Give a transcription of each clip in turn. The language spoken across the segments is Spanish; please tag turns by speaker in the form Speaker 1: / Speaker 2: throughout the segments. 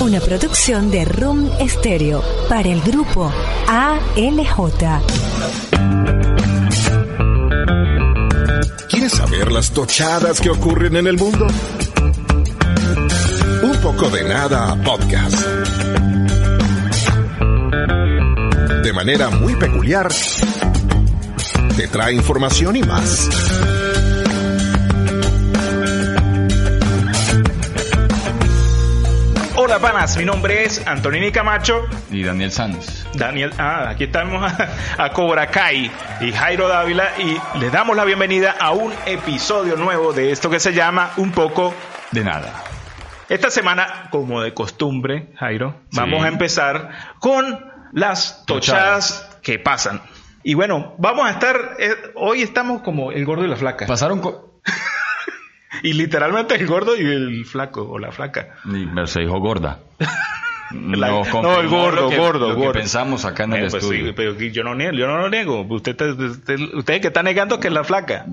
Speaker 1: una producción de Room Stereo para el grupo ALJ.
Speaker 2: ¿Quieres saber las tochadas que ocurren en el mundo? Un poco de nada podcast. De manera muy peculiar, te trae información y más.
Speaker 3: Hola panas, mi nombre es Antonini Camacho.
Speaker 4: Y Daniel Sanz.
Speaker 3: Daniel, ah, aquí estamos a, a Cobra Kai y Jairo Dávila y les damos la bienvenida a un episodio nuevo de esto que se llama Un poco
Speaker 4: De nada.
Speaker 3: Esta semana, como de costumbre, Jairo, vamos a empezar con las tochadas, que pasan. Y bueno, vamos a estar, eh, hoy estamos como el gordo y la flaca.
Speaker 4: Pasaron co-
Speaker 3: Y literalmente el gordo y el flaco o la flaca.
Speaker 4: Ni- pero se dijo gorda.
Speaker 3: La-
Speaker 4: Nos
Speaker 3: no,
Speaker 4: confirmó
Speaker 3: el gordo,
Speaker 4: lo que-
Speaker 3: gordo,
Speaker 4: lo que
Speaker 3: gordo.
Speaker 4: pensamos acá en el
Speaker 3: Eh, pues sí,
Speaker 4: estudio.
Speaker 3: pero yo no, niego, yo no lo niego. Usted, está- usted, usted que está negando que es la flaca.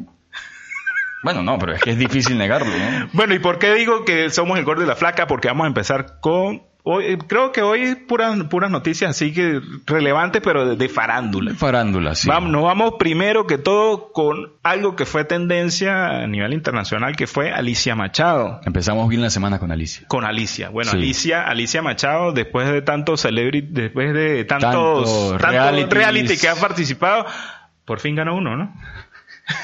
Speaker 4: Bueno, no, pero es que es difícil negarlo, ¿no?
Speaker 3: Bueno, ¿y por qué digo que somos el gordo y la flaca? Porque vamos a empezar con... Hoy, eh, creo que hoy es puras, puras noticias así que relevantes, pero de, de farándula.
Speaker 4: Farándula, sí.
Speaker 3: Vamos, nos vamos primero que todo con algo que fue tendencia a nivel internacional, que fue Alicia Machado.
Speaker 4: Empezamos bien la semana con Alicia.
Speaker 3: Con Alicia. Bueno,
Speaker 4: Sí.
Speaker 3: Alicia, Alicia Machado, después de tantos celebrity, después de tantos,
Speaker 4: Tanto
Speaker 3: tantos
Speaker 4: realities.
Speaker 3: reality que ha participado, por fin ganó uno, ¿no?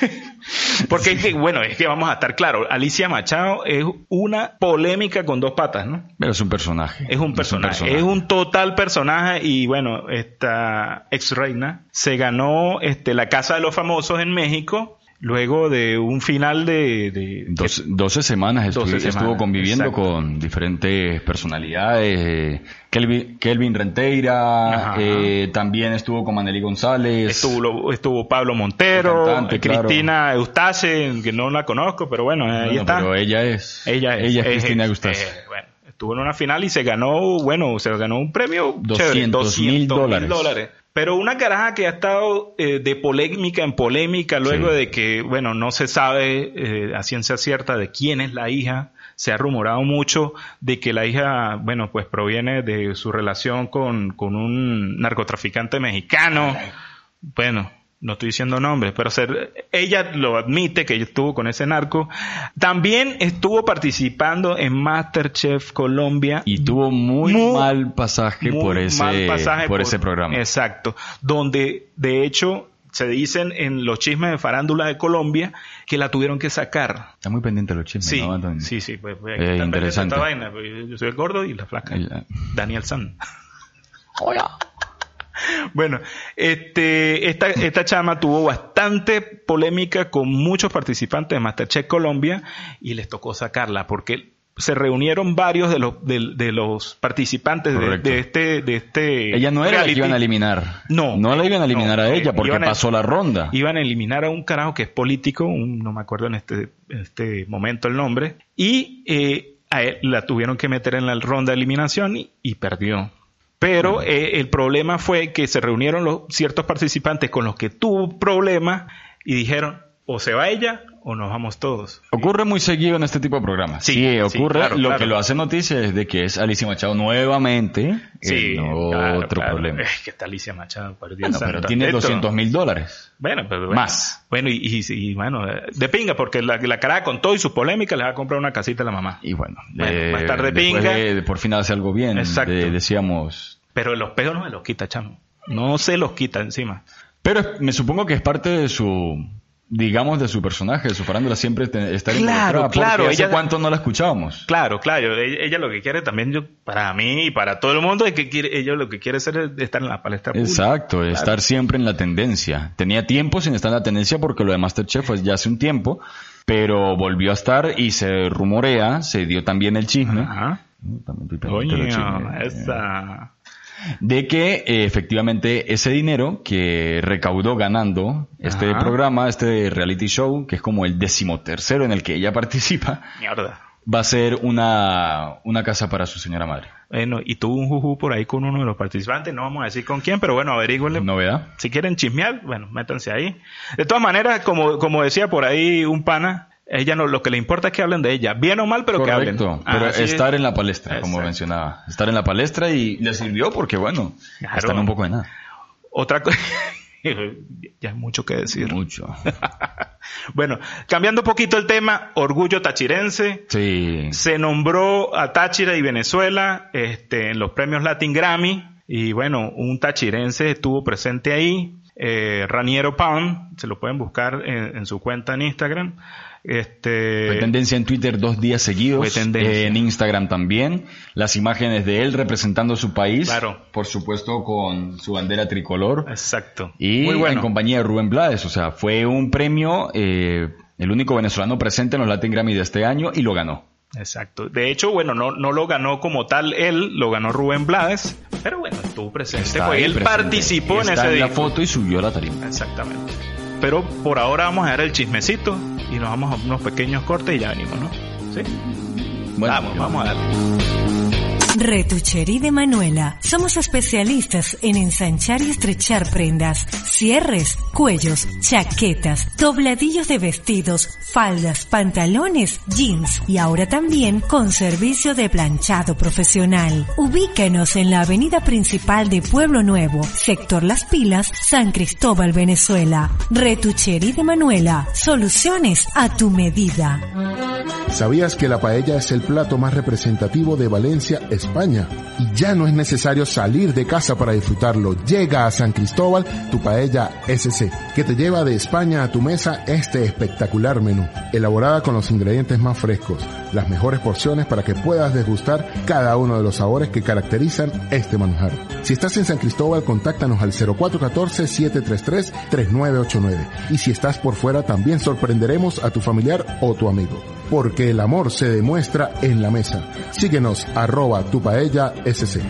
Speaker 3: Porque es que, bueno, es que vamos a estar claros, Alicia Machado es una polémica con dos patas, ¿no?
Speaker 4: Pero es un personaje.
Speaker 3: Es un personaje, es un, total personaje y bueno, esta ex reina se ganó este, la Casa de los Famosos en México luego de un final de... de-
Speaker 4: Dos- 12 semanas, estuvi-
Speaker 3: 12
Speaker 4: estuvo
Speaker 3: semanas,
Speaker 4: conviviendo
Speaker 3: exacto.
Speaker 4: con diferentes personalidades. eh, Kelvin, Kelvin Renteira,
Speaker 3: Ajá.
Speaker 4: eh, también estuvo con Maneli González.
Speaker 3: Estuvo, estuvo Pablo Montero,
Speaker 4: El cantante, claro.
Speaker 3: Cristina Eustace, que no la conozco, pero bueno, ahí
Speaker 4: Bueno,
Speaker 3: está.
Speaker 4: pero ella es.
Speaker 3: ella es,
Speaker 4: Ella es
Speaker 3: es-
Speaker 4: Cristina
Speaker 3: es-
Speaker 4: Eustace.
Speaker 3: eh, bueno, estuvo en una final y se ganó, bueno, se ganó un premio
Speaker 4: 200
Speaker 3: chévere,
Speaker 4: mil
Speaker 3: 200
Speaker 4: dólares.
Speaker 3: Pero una caraja que ha estado eh, de polémica en polémica luego
Speaker 4: Sí.
Speaker 3: de que, bueno, no se sabe eh, a ciencia cierta de quién es la hija. Se ha rumorado mucho de que la hija, bueno, pues proviene de su relación con, con un narcotraficante mexicano. Bueno, no estoy diciendo nombres, pero ser, ella lo admite que ella estuvo con ese narco. También estuvo participando en Masterchef Colombia.
Speaker 4: Y tuvo muy,
Speaker 3: Muy-
Speaker 4: mal pasaje
Speaker 3: Muy
Speaker 4: por ese
Speaker 3: mal pasaje
Speaker 4: por, ese programa.
Speaker 3: Exacto. Donde, de hecho, se dicen en los chismes de farándula de Colombia que la tuvieron que sacar.
Speaker 4: Está muy pendiente de los chismes,
Speaker 3: Sí,
Speaker 4: ¿no, Antonio?
Speaker 3: sí, sí, pues, pues,
Speaker 4: Eh,
Speaker 3: aquí está pendiente
Speaker 4: interesante.
Speaker 3: esta vaina, pues, yo- yo soy el gordo y la flaca.
Speaker 4: El-
Speaker 3: Daniel San. Hola. Bueno, este, esta, esta chama tuvo bastante polémica con muchos participantes de Masterchef Colombia y les tocó sacarla porque se reunieron varios de los, de, de los participantes de,
Speaker 4: Correcto.
Speaker 3: de este, de este.
Speaker 4: Ella no era la que
Speaker 3: reality.
Speaker 4: iban a eliminar.
Speaker 3: No.
Speaker 4: No la iban a eliminar
Speaker 3: No,
Speaker 4: a
Speaker 3: eh,
Speaker 4: ella porque
Speaker 3: iban a-
Speaker 4: pasó la ronda.
Speaker 3: Iban a eliminar a un carajo que es político, un- no me acuerdo en este, en este momento el nombre, y eh, a él la tuvieron que meter en la ronda de eliminación y, y perdió. Pero eh, el problema fue que se reunieron los ciertos participantes con los que tuvo problemas y dijeron, o se va ella o nos vamos todos.
Speaker 4: Ocurre muy seguido en este tipo de programas.
Speaker 3: Sí,
Speaker 4: Sí,
Speaker 3: sí,
Speaker 4: ocurre.
Speaker 3: claro,
Speaker 4: lo
Speaker 3: claro.
Speaker 4: que lo hace noticia es de que es Alicia Machado nuevamente. en
Speaker 3: claro,
Speaker 4: Eh, otro
Speaker 3: claro.
Speaker 4: problema.
Speaker 3: Es que está Alicia Machado, por Dios
Speaker 4: Bueno, pero
Speaker 3: santo.
Speaker 4: tiene
Speaker 3: Esto-
Speaker 4: 200 mil dólares.
Speaker 3: Bueno, pero bueno.
Speaker 4: Más.
Speaker 3: Bueno, y, y- y bueno, eh, de pinga, porque la, la cara con todo y sus polémicas le va a comprar una casita a la mamá.
Speaker 4: Y bueno,
Speaker 3: Bueno,
Speaker 4: eh,
Speaker 3: va a estar de
Speaker 4: después
Speaker 3: pinga.
Speaker 4: de- de por fin hace algo bien.
Speaker 3: Exacto.
Speaker 4: de- decíamos.
Speaker 3: Pero los peos no se los quita, chamo. No se los quita encima.
Speaker 4: Pero es- me supongo que es parte de su. Digamos, de su personaje, de su farándula siempre te- estar
Speaker 3: Claro,
Speaker 4: involucrada, porque
Speaker 3: claro,
Speaker 4: ¿Hace
Speaker 3: ella-
Speaker 4: cuánto no la escuchábamos?
Speaker 3: Claro, claro. e- Ella lo que quiere también, yo, para mí y para todo el mundo, es que quiere, ella lo que quiere hacer es estar en la palestra pública.
Speaker 4: Exacto, estar siempre en la tendencia. Tenía tiempo sin estar en la tendencia porque lo de Masterchef fue ya hace un tiempo, pero volvió a estar y se rumorea, se dio también el chisme. Ah,
Speaker 3: Ajá.
Speaker 4: También estoy pendiente de los
Speaker 3: Coño,
Speaker 4: chismes, eh,
Speaker 3: esa.
Speaker 4: de que eh, efectivamente ese dinero que recaudó ganando este
Speaker 3: Ajá.
Speaker 4: programa, este reality show, que es como el decimotercero en el que ella participa,
Speaker 3: Mierda.
Speaker 4: va a ser una, una casa para su señora madre.
Speaker 3: Bueno, y tuvo un juju por ahí con uno de los participantes. No vamos a decir con quién, pero bueno, averígüenle.
Speaker 4: ¿Novedad?
Speaker 3: Si quieren chismear, bueno, métanse ahí. De todas maneras, como, como decía por ahí un pana, Ella no, lo que le importa es que hablen de ella, bien o mal, pero
Speaker 4: Correcto,
Speaker 3: que hablen.
Speaker 4: pero
Speaker 3: Así es.
Speaker 4: estar en la palestra, como
Speaker 3: Exacto.
Speaker 4: mencionaba. Estar en la palestra y le sirvió porque, bueno,
Speaker 3: Claro.
Speaker 4: están un poco de nada.
Speaker 3: Otra cosa, ya es mucho que decir.
Speaker 4: Mucho.
Speaker 3: Bueno, cambiando un poquito el tema, orgullo tachirense.
Speaker 4: Sí.
Speaker 3: Se nombró a Táchira y Venezuela este, en los premios Latin Grammy. Y bueno, un tachirense estuvo presente ahí. eh, Raniero Pound, se lo pueden buscar en, en su cuenta en Instagram.
Speaker 4: Fue
Speaker 3: Este,
Speaker 4: tendencia en Twitter dos días
Speaker 3: Fue
Speaker 4: seguidos,
Speaker 3: tendencia.
Speaker 4: en Instagram también. Las imágenes de él representando su país,
Speaker 3: Claro.
Speaker 4: por supuesto con su bandera tricolor
Speaker 3: exacto.
Speaker 4: y
Speaker 3: Muy bueno.
Speaker 4: en compañía de Rubén Blades. O sea, fue un premio, eh, el único venezolano presente en los Latin Grammy de este año y lo ganó.
Speaker 3: Exacto. De hecho, bueno, no, no lo ganó como tal él, lo ganó Rubén Blades, pero bueno, estuvo presente.
Speaker 4: Está
Speaker 3: pues,
Speaker 4: ahí
Speaker 3: él
Speaker 4: presente.
Speaker 3: participó en
Speaker 4: Está
Speaker 3: ese
Speaker 4: en la
Speaker 3: día.
Speaker 4: foto y subió a la tarima.
Speaker 3: Exactamente. Pero por ahora vamos a dar el chismecito y nos vamos a unos pequeños cortes y ya venimos, ¿no? Sí.
Speaker 4: Bueno,
Speaker 3: vamos,
Speaker 4: yo-
Speaker 3: vamos a dar.
Speaker 1: Retucherí de Manuela. Somos especialistas en ensanchar y estrechar prendas, cierres, cuellos, chaquetas, dobladillos de vestidos, faldas, pantalones, jeans y ahora también con servicio de planchado profesional. Ubícanos en la avenida principal de Pueblo Nuevo, sector Las Pilas, San Cristóbal, Venezuela. Retucherí de Manuela. Soluciones a tu medida.
Speaker 5: ¿Sabías que la paella es el plato más representativo de Valencia, España? Y ya no es necesario salir de casa para disfrutarlo. Llega a San Cristóbal tu paella SC, que te lleva de España a tu mesa este espectacular menú, elaborada con los ingredientes más frescos, las mejores porciones para que puedas degustar cada uno de los sabores que caracterizan este manjar. Si estás en San Cristóbal, contáctanos al 0414-733-3989. Y si estás por fuera, también sorprenderemos a tu familiar o tu amigo. Porque el amor se demuestra en la mesa. Síguenos arroba tu paella sc.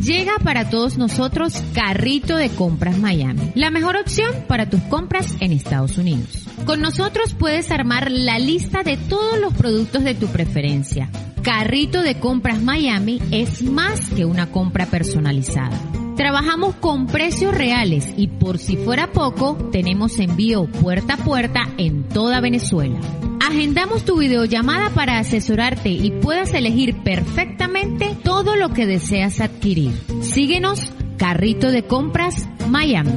Speaker 6: Llega para todos nosotros Carrito de Compras Miami, la mejor opción para tus compras en Estados Unidos. Con nosotros puedes armar la lista de todos los productos de tu preferencia. Carrito de Compras Miami es más que una compra personalizada. Trabajamos con precios reales y por si fuera poco, tenemos envío puerta a puerta en toda Venezuela. Agendamos tu videollamada para asesorarte y puedas elegir perfectamente todo lo que deseas adquirir. Síguenos, Carrito de Compras, Miami.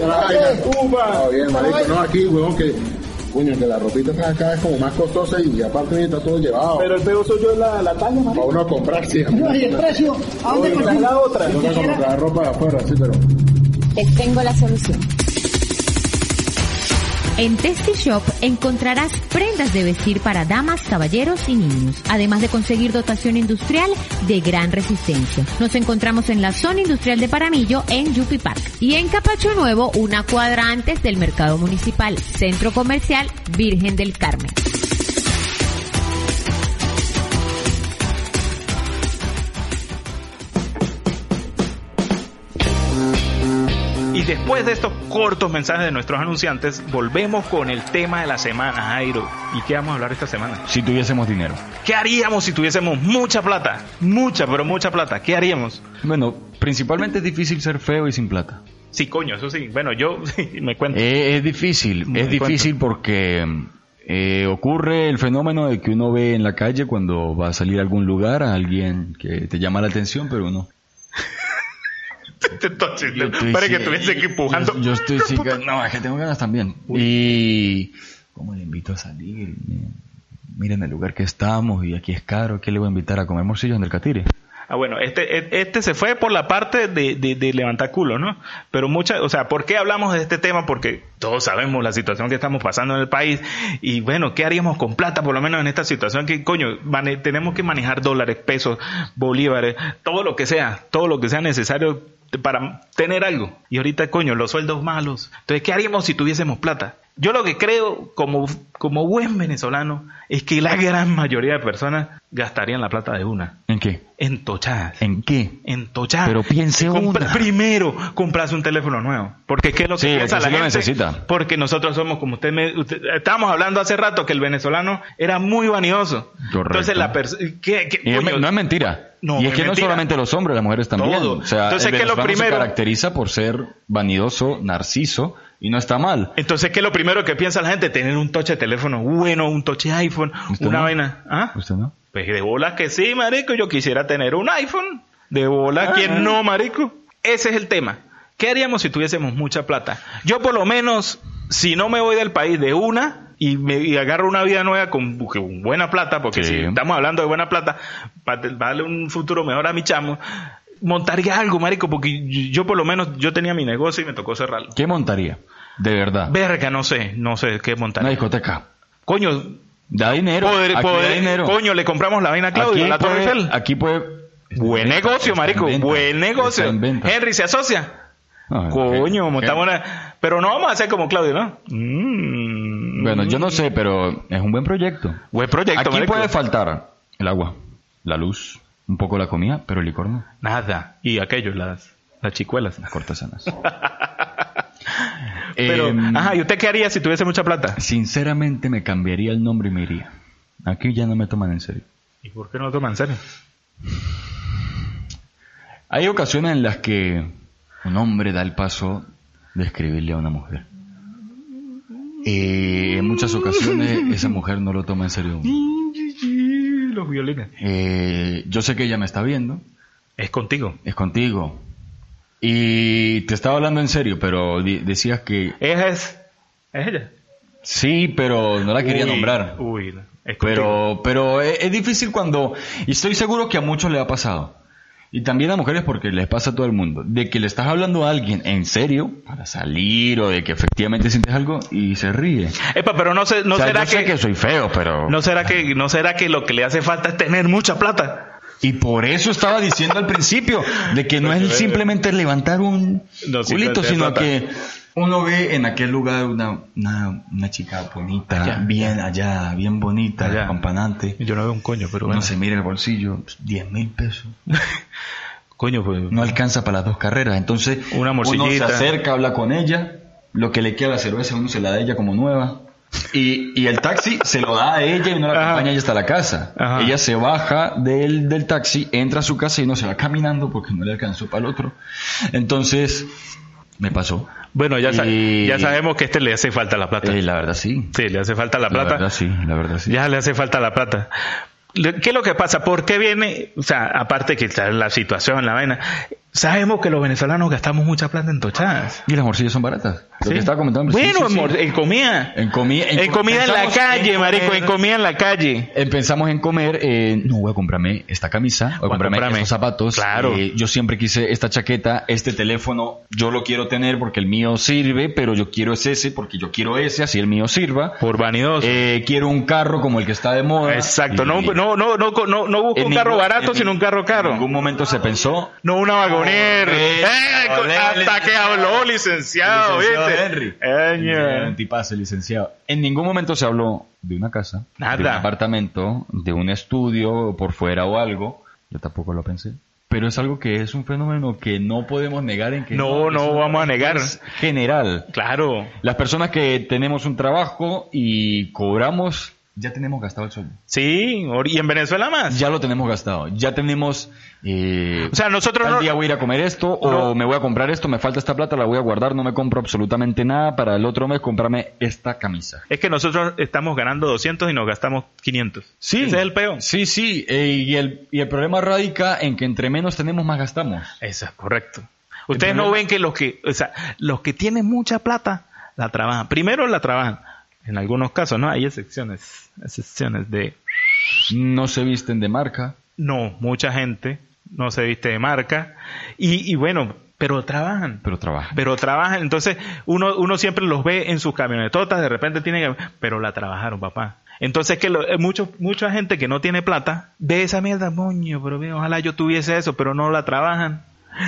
Speaker 5: Está bien, marico, no aquí, huevón, que... Coño, que la ropita está cada vez como más costosa y aparte está todo llevado.
Speaker 7: Pero el peor soy yo la, la talla,
Speaker 5: Para
Speaker 7: marico.
Speaker 5: uno comprar, sí.
Speaker 7: No, y el precio, ¿a dónde
Speaker 5: Oye,
Speaker 7: compras la otra?
Speaker 5: Yo tengo que comprar ropa de afuera, sí, pero...
Speaker 8: Les tengo la solución.
Speaker 6: En Testy Shop encontrarás prendas de vestir para damas, caballeros y niños, además de conseguir dotación industrial de gran resistencia. Nos encontramos en la zona industrial de Paramillo, en Yupi Park. Y en Capacho Nuevo, una cuadra antes del Mercado Municipal, Centro Comercial Virgen del Carmen.
Speaker 3: Y después de estos cortos mensajes de nuestros anunciantes, volvemos con el tema de la semana, Jairo. ¿Y qué vamos a hablar esta semana?
Speaker 4: Si tuviésemos dinero.
Speaker 3: ¿Qué haríamos si tuviésemos mucha plata? Mucha, pero mucha plata. ¿Qué haríamos?
Speaker 4: Bueno, principalmente es difícil ser feo y sin plata.
Speaker 3: Sí, coño, eso sí. Bueno, yo sí, me cuento.
Speaker 4: Eh, es difícil,
Speaker 3: Me
Speaker 4: es difícil porque eh, ocurre el fenómeno de que uno ve en la calle cuando va a salir a algún lugar a alguien que te llama la atención, pero uno.
Speaker 3: Entonces,
Speaker 4: Yo estoy
Speaker 3: para este que
Speaker 4: sí-
Speaker 3: estuviese aquí empujando.
Speaker 4: Yo, yo estoy sí gan- no, es que tengo ganas también. Y. ¿Cómo le invito a salir? Miren el lugar que estamos y aquí es caro. ¿Qué le voy a invitar a comer morcillos en el Catire?
Speaker 3: Ah, bueno, este, e- este se fue por la parte de, de, de levantar culo, ¿no? Pero muchas, o sea, ¿por qué hablamos de este tema? Porque todos sabemos la situación que estamos pasando en el país y bueno, ¿qué haríamos con plata por lo menos en esta situación? Que coño, mane- tenemos que manejar dólares, pesos, bolívares, todo lo que sea, todo lo que sea necesario para tener algo. Y ahorita, coño, los sueldos malos. Entonces, ¿qué haríamos si tuviésemos plata? Yo lo que creo como, como buen venezolano es que la gran mayoría de personas gastarían la plata de una.
Speaker 4: ¿En qué?
Speaker 3: En tochadas.
Speaker 4: ¿En qué?
Speaker 3: En tochadas.
Speaker 4: Pero piense
Speaker 3: Que compra-
Speaker 4: una.
Speaker 3: Primero, comprarse un teléfono nuevo. Porque es que es lo que
Speaker 4: Sí, el
Speaker 3: piensa
Speaker 4: que
Speaker 3: la
Speaker 4: sí lo
Speaker 3: gente.
Speaker 4: necesita.
Speaker 3: Porque nosotros somos, como usted me... Usted, estábamos hablando hace rato que el venezolano era muy vanidoso.
Speaker 4: Correcto.
Speaker 3: Entonces la persona...
Speaker 4: Y es me- no es mentira.
Speaker 3: No,
Speaker 4: y
Speaker 3: no es
Speaker 4: es que no
Speaker 3: mentira.
Speaker 4: solamente los hombres, las mujeres también.
Speaker 3: Todo.
Speaker 4: O sea,
Speaker 3: Entonces,
Speaker 4: el
Speaker 3: ¿qué es lo
Speaker 4: venezolano se
Speaker 3: primero?
Speaker 4: caracteriza por ser vanidoso, narciso, y no está mal.
Speaker 3: Entonces, ¿qué es lo primero que piensa la gente? Tener un toche de teléfono bueno, un toche de iPhone,
Speaker 4: ¿Usted
Speaker 3: una
Speaker 4: no?
Speaker 3: vaina. ¿Ah?
Speaker 4: ¿Usted no?
Speaker 3: Pues de bolas que sí, marico. Yo quisiera tener un iPhone. De bolas que
Speaker 4: Ah.
Speaker 3: no, marico. Ese es el tema. ¿Qué haríamos si tuviésemos mucha plata? Yo por lo menos, si no me voy del país de una y, me, y agarro una vida nueva con, con buena plata, porque
Speaker 4: Sí.
Speaker 3: si estamos hablando de buena plata, para darle un futuro mejor a mi chamo, montaría algo, marico, porque yo yo por lo menos, yo tenía mi negocio y me tocó cerrarlo.
Speaker 4: ¿Qué montaría? De verdad.
Speaker 3: Verga, no sé, no sé qué montar.
Speaker 4: Una discoteca.
Speaker 3: Coño,
Speaker 4: Da dinero.
Speaker 3: poder-
Speaker 4: Aquí
Speaker 3: poder-
Speaker 4: da dinero.
Speaker 3: coño, le compramos la vaina a
Speaker 4: aquí,
Speaker 3: Claudio, a la Torre
Speaker 4: puede,
Speaker 3: Eiffel.
Speaker 4: aquí puede...
Speaker 3: Buen
Speaker 4: Está en
Speaker 3: negocio,
Speaker 4: venta,
Speaker 3: marico,
Speaker 4: está en
Speaker 3: buen
Speaker 4: venta,
Speaker 3: negocio.
Speaker 4: está en venta.
Speaker 3: Henry se asocia.
Speaker 4: Ah,
Speaker 3: Coño,
Speaker 4: ok,
Speaker 3: montamos
Speaker 4: ok.
Speaker 3: una- Pero no vamos a hacer como Claudio, ¿no? Mm.
Speaker 4: Bueno, yo no sé, pero es un buen proyecto.
Speaker 3: Buen proyecto,
Speaker 4: Aquí
Speaker 3: marico.
Speaker 4: puede faltar el agua, la luz, un poco la comida, pero el licor no.
Speaker 3: Nada. Y aquello, las, las chicuelas.
Speaker 4: Las cortesanas.
Speaker 3: Pero,
Speaker 4: Em,
Speaker 3: ajá, ¿y usted qué haría si tuviese mucha plata?
Speaker 4: Sinceramente me cambiaría el nombre y me iría. Aquí ya no me toman en serio.
Speaker 3: ¿Y por qué no lo toman en serio?
Speaker 4: Hay ocasiones en las que un hombre da el paso de escribirle a una mujer. Eh, en muchas ocasiones esa mujer no lo toma en serio.
Speaker 3: Los violines.
Speaker 4: Eh, yo sé que ella me está viendo,
Speaker 3: Es contigo.
Speaker 4: es contigo. Y te estaba hablando en serio, pero di- decías que
Speaker 3: Ella es. Es ella.
Speaker 4: sí, pero no la quería
Speaker 3: Uy,
Speaker 4: nombrar.
Speaker 3: Uy, es contigo.
Speaker 4: Pero, pero es, es difícil cuando, y estoy seguro que a muchos le ha pasado, y también a mujeres porque les pasa a todo el mundo, de que le estás hablando a alguien en serio para salir o de que efectivamente sientes algo y se ríe.
Speaker 3: Epa, pero no, sé, no
Speaker 4: O sea,
Speaker 3: será
Speaker 4: yo sé
Speaker 3: que.
Speaker 4: que soy feo, pero...
Speaker 3: No será que no será que lo que le hace falta es tener mucha plata.
Speaker 4: Y por eso estaba diciendo al principio, de que no es simplemente levantar un
Speaker 3: No, sí,
Speaker 4: culito,
Speaker 3: plata,
Speaker 4: sino
Speaker 3: plata.
Speaker 4: que uno ve en aquel lugar una, una, una chica bonita,
Speaker 3: Allá.
Speaker 4: bien allá, bien bonita,
Speaker 3: Allá.
Speaker 4: campanante.
Speaker 3: Yo no veo un coño, pero
Speaker 4: Uno se mira el bolsillo, 10 mil pesos.
Speaker 3: Coño, pues.
Speaker 4: no alcanza para las dos carreras. Entonces,
Speaker 3: Una
Speaker 4: uno se
Speaker 3: morcillita.
Speaker 4: acerca, habla con ella, lo que le queda a la cerveza, uno se la da a ella como nueva. Y, y el taxi se lo da a ella y no la
Speaker 3: Ajá.
Speaker 4: acompaña ella hasta la casa.
Speaker 3: Ajá.
Speaker 4: Ella se baja del, del taxi, entra a su casa y no se va caminando porque no le alcanzó para el otro. Entonces, me pasó.
Speaker 3: Bueno, ya, sa-
Speaker 4: Y-
Speaker 3: ya sabemos que a este le hace falta la plata.
Speaker 4: Eh, la verdad sí.
Speaker 3: Sí, le hace falta la
Speaker 4: La
Speaker 3: plata.
Speaker 4: verdad sí, la verdad sí.
Speaker 3: Ya le hace falta la plata. Le- ¿Qué es lo que pasa? ¿Por qué viene? O sea, aparte que está la situación, la vaina. Sabemos que los venezolanos gastamos mucha plata en tochadas.
Speaker 4: Y las morcillas son baratas. Lo
Speaker 3: ¿sí?
Speaker 4: que estaba comentando. sí,
Speaker 3: Bueno,
Speaker 4: sí,
Speaker 3: en,
Speaker 4: sí.
Speaker 3: mor- en comida.
Speaker 4: En comi- en
Speaker 3: En
Speaker 4: com-
Speaker 3: comida en la
Speaker 4: pensamos
Speaker 3: calle,
Speaker 4: en
Speaker 3: marico. En
Speaker 4: comer.
Speaker 3: comida en la calle.
Speaker 4: Eh, pensamos en comer, eh, no voy a comprarme esta camisa, voy a
Speaker 3: Voy a
Speaker 4: comprarme
Speaker 3: comprarme.
Speaker 4: estos zapatos.
Speaker 3: Claro.
Speaker 4: eh, yo siempre quise esta chaqueta, este teléfono, yo lo quiero tener porque el mío sirve, pero yo quiero es ese porque yo quiero ese, así el mío sirva.
Speaker 3: Por vanidoso.
Speaker 4: Eh, quiero un carro como el que está de moda.
Speaker 3: Pues, Exacto.
Speaker 4: Y-
Speaker 3: No, no, no, no, no, no busca
Speaker 4: en
Speaker 3: un carro
Speaker 4: ningún-
Speaker 3: barato,
Speaker 4: en
Speaker 3: sino un carro caro.
Speaker 4: En algún momento se pensó.
Speaker 3: No una vagonera.
Speaker 4: Olé,
Speaker 3: ¡Eh! con-
Speaker 4: olé,
Speaker 3: hasta
Speaker 4: licenciado.
Speaker 3: que habló, licenciado,
Speaker 4: licenciado
Speaker 3: ¿viste?
Speaker 4: Henry.
Speaker 3: Eñe.
Speaker 4: Un tipazo, licenciado. En ningún momento se habló de una casa,
Speaker 3: Nada.
Speaker 4: de un apartamento, de un estudio por fuera o algo. Yo tampoco lo pensé. Pero es algo que es un fenómeno que no podemos negar en que
Speaker 3: No, no
Speaker 4: es-
Speaker 3: vamos a negar.
Speaker 4: es general.
Speaker 3: Claro.
Speaker 4: Las personas que tenemos un trabajo y cobramos, ya tenemos gastado el sueldo.
Speaker 3: Sí, or- y en Venezuela más.
Speaker 4: Ya lo tenemos gastado. Ya tenemos. eh,
Speaker 3: O sea, nosotros
Speaker 4: Tal
Speaker 3: no.
Speaker 4: día voy a ir a comer esto,
Speaker 3: No.
Speaker 4: o me voy a comprar esto, me falta esta plata, la voy a guardar, no me compro absolutamente nada para el otro mes comprarme esta camisa.
Speaker 3: Es que nosotros estamos ganando 200 y nos gastamos 500. Ese es el peón.
Speaker 4: Sí, sí, eh, y, el, y el problema radica en que entre menos tenemos, más gastamos.
Speaker 3: Eso es correcto. Ustedes
Speaker 4: El
Speaker 3: no
Speaker 4: problema-
Speaker 3: ven que los que, o sea, los que tienen mucha plata la trabajan. Primero la trabajan. En algunos casos, ¿no? Hay excepciones. Excepciones de.
Speaker 4: No se visten de marca.
Speaker 3: No, mucha gente no se viste de marca. Y, y bueno, pero trabajan.
Speaker 4: Pero trabajan.
Speaker 3: pero trabajan, entonces uno, uno siempre los ve en sus camionetotas, de repente tienen que, pero la trabajaron, papá. Entonces que lo- eh, mucho, mucha gente que no tiene plata ve esa mierda, moño, pero ve, ojalá yo tuviese eso, pero no la trabajan.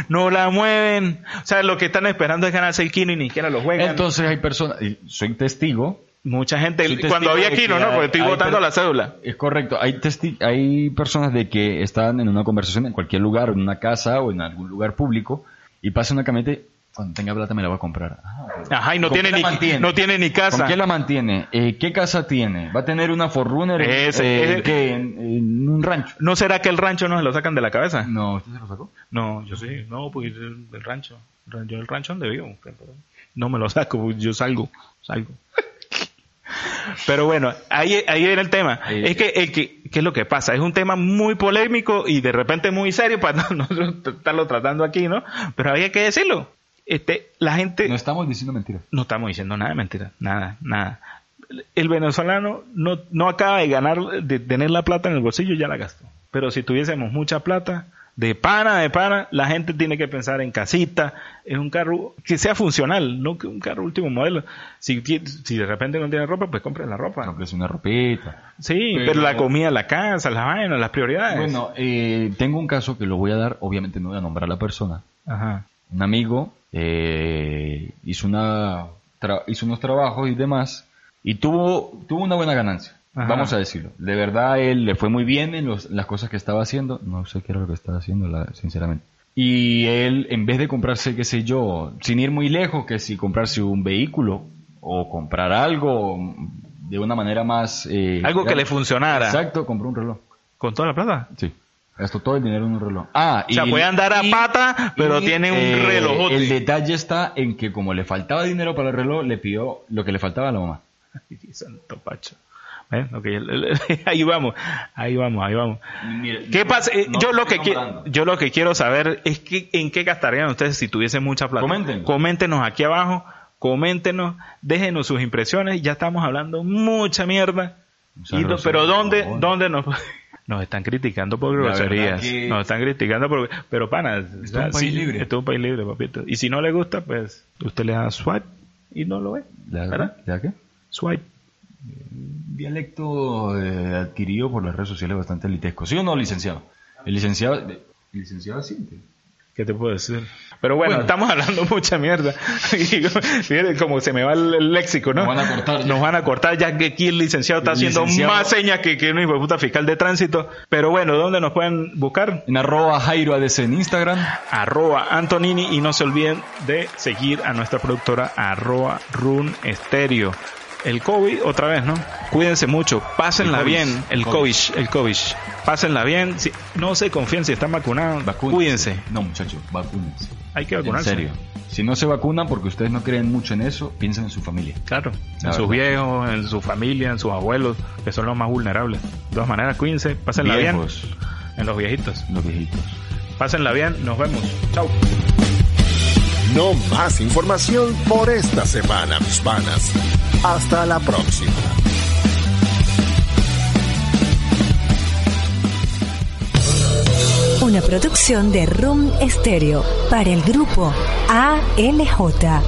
Speaker 3: no la mueven. O sea, lo que están esperando es ganarse el kilo y ni siquiera lo juegan.
Speaker 4: Entonces hay personas, y soy testigo,
Speaker 3: Mucha
Speaker 4: Soy
Speaker 3: gente,
Speaker 4: testigo
Speaker 3: cuando había
Speaker 4: de
Speaker 3: kilo,
Speaker 4: que
Speaker 3: ¿no?
Speaker 4: hay-
Speaker 3: Porque estoy
Speaker 4: hay
Speaker 3: votando
Speaker 4: per-
Speaker 3: la cédula.
Speaker 4: es correcto, hay, testi- hay personas de que están en una conversación en cualquier lugar, en una casa o en algún lugar público, y pasa una camioneta y, cuando tenga plata me la va a comprar. Ah,
Speaker 3: Ajá, y no
Speaker 4: ¿Con
Speaker 3: tiene,
Speaker 4: quién la
Speaker 3: ni,
Speaker 4: mantiene?
Speaker 3: no tiene ni casa.
Speaker 4: ¿Con qué la mantiene? Eh, ¿Qué casa tiene? ¿Va a tener una Forrunner en-
Speaker 3: Ese,
Speaker 4: eh,
Speaker 3: ese-
Speaker 4: ¿qué? En, en un rancho?
Speaker 3: ¿No será que el rancho no se lo sacan de la cabeza?
Speaker 4: No, ¿usted se lo sacó?
Speaker 3: No, yo sí, no, porque yo- el rancho, yo el rancho donde vivo, no me lo saco, pues, yo salgo, salgo. Pero bueno, ahí, ahí era el tema.
Speaker 4: Ahí-
Speaker 3: es que, el que, ¿qué es lo que pasa? Es un tema muy polémico y de repente muy serio para nosotros estarlo tratando aquí, ¿no? Pero había que decirlo. Este, la gente...
Speaker 4: No estamos diciendo mentiras.
Speaker 3: No estamos diciendo nada de mentira, nada, nada. El venezolano no, no acaba de ganar, de tener la plata en el bolsillo, ya la gastó. Pero si tuviésemos mucha plata, de pana, de pana, la gente tiene que pensar en casita, en un carro que sea funcional, no que un carro último modelo. Si, ti- si de repente no tiene ropa, pues compre la ropa.
Speaker 4: Cómprese una ropita.
Speaker 3: Sí, pero,
Speaker 4: Pero-
Speaker 3: la comida, la casa, las vainas, las prioridades.
Speaker 4: Bueno, eh, tengo un caso que lo voy a dar, obviamente no voy a nombrar a la persona.
Speaker 3: Ajá.
Speaker 4: Un amigo eh, hizo, una, tra- hizo unos trabajos y demás y tuvo, tuvo una buena ganancia.
Speaker 3: Ajá.
Speaker 4: Vamos a decirlo. De verdad, él le fue muy bien en los- las cosas que estaba haciendo. No sé qué era lo que estaba haciendo, la- sinceramente. Y él, en vez de comprarse, qué sé yo, sin ir muy lejos, que si comprarse un vehículo o comprar algo de una manera más... eh,
Speaker 3: Algo que le funcionara.
Speaker 4: Exacto, compró un reloj.
Speaker 3: ¿Con toda la plata?
Speaker 4: Sí. Gastó todo el dinero en un reloj. Ah,
Speaker 3: O sea, puede andar a pata, pero tiene un
Speaker 4: reloj.
Speaker 3: relojote.
Speaker 4: eh, El detalle está en que como le faltaba dinero para el reloj, le pidió lo que le faltaba a la mamá.
Speaker 3: Ay, Santo Pacho. Bueno, ok, el- el- ahí vamos, ahí vamos, ahí vamos. ¿Qué pasa? Eh, yo lo que quiero, yo lo que quiero saber es que en qué gastarían ustedes si tuviesen mucha plata.
Speaker 4: Comenten.
Speaker 3: Coméntenos aquí abajo, coméntenos, déjenos sus impresiones. Ya estamos hablando mucha mierda.
Speaker 4: Mucha
Speaker 3: Y do-
Speaker 4: grosería,
Speaker 3: pero dónde,
Speaker 4: por favor.
Speaker 3: dónde nos nos están criticando por
Speaker 4: La verdad
Speaker 3: groserías.
Speaker 4: que-
Speaker 3: Nos están criticando por pero pana, esto
Speaker 4: es un país libre.
Speaker 3: Esto es un país libre, papito. Y si no le gusta, pues usted le da swipe y no lo ve. ¿Verdad?
Speaker 4: ¿Ya qué?
Speaker 3: Swipe.
Speaker 4: Dialecto eh, adquirido por las redes sociales bastante litesco. ¿Sí o no, licenciado? El licenciado... El licenciado siente.
Speaker 3: ¿Qué te puedo decir? Pero bueno,
Speaker 4: Bueno.
Speaker 3: estamos hablando mucha mierda. Y Fíjate como se me va el, el léxico, ¿no?
Speaker 4: Nos van a cortar ya.
Speaker 3: Nos van a cortar ya que aquí el licenciado está
Speaker 4: El
Speaker 3: haciendo
Speaker 4: licenciado-
Speaker 3: más señas que, que un hijo de puta fiscal de tránsito. Pero bueno, ¿dónde nos pueden buscar?
Speaker 4: En arroba Jairo ADC en Instagram.
Speaker 3: Arroba Antonini y no se olviden de seguir a nuestra productora arroba Run Estéreo. El COVID, otra vez, ¿no? Cuídense mucho, pásenla
Speaker 4: El COVID.
Speaker 3: bien, el COVID, el COVID. Pásenla bien, si- no se confíen si están vacunados,
Speaker 4: Vacúnense.
Speaker 3: cuídense,
Speaker 4: No, muchachos, vacúnense.
Speaker 3: hay que
Speaker 4: En
Speaker 3: vacunarse.
Speaker 4: serio. Si no se vacunan porque ustedes no creen mucho en eso, piensen en su familia.
Speaker 3: Claro, en
Speaker 4: La
Speaker 3: sus
Speaker 4: verdad.
Speaker 3: viejos, en su familia, en sus abuelos, que son los más vulnerables. De todas maneras, cuídense, pásenla
Speaker 4: Viejos,
Speaker 3: bien en los viejitos.
Speaker 4: los viejitos.
Speaker 3: Pásenla bien, nos vemos. Chao.
Speaker 2: No más información por esta semana, mis panas. Hasta la próxima.
Speaker 1: Una producción de Room Stereo para el grupo ALJ.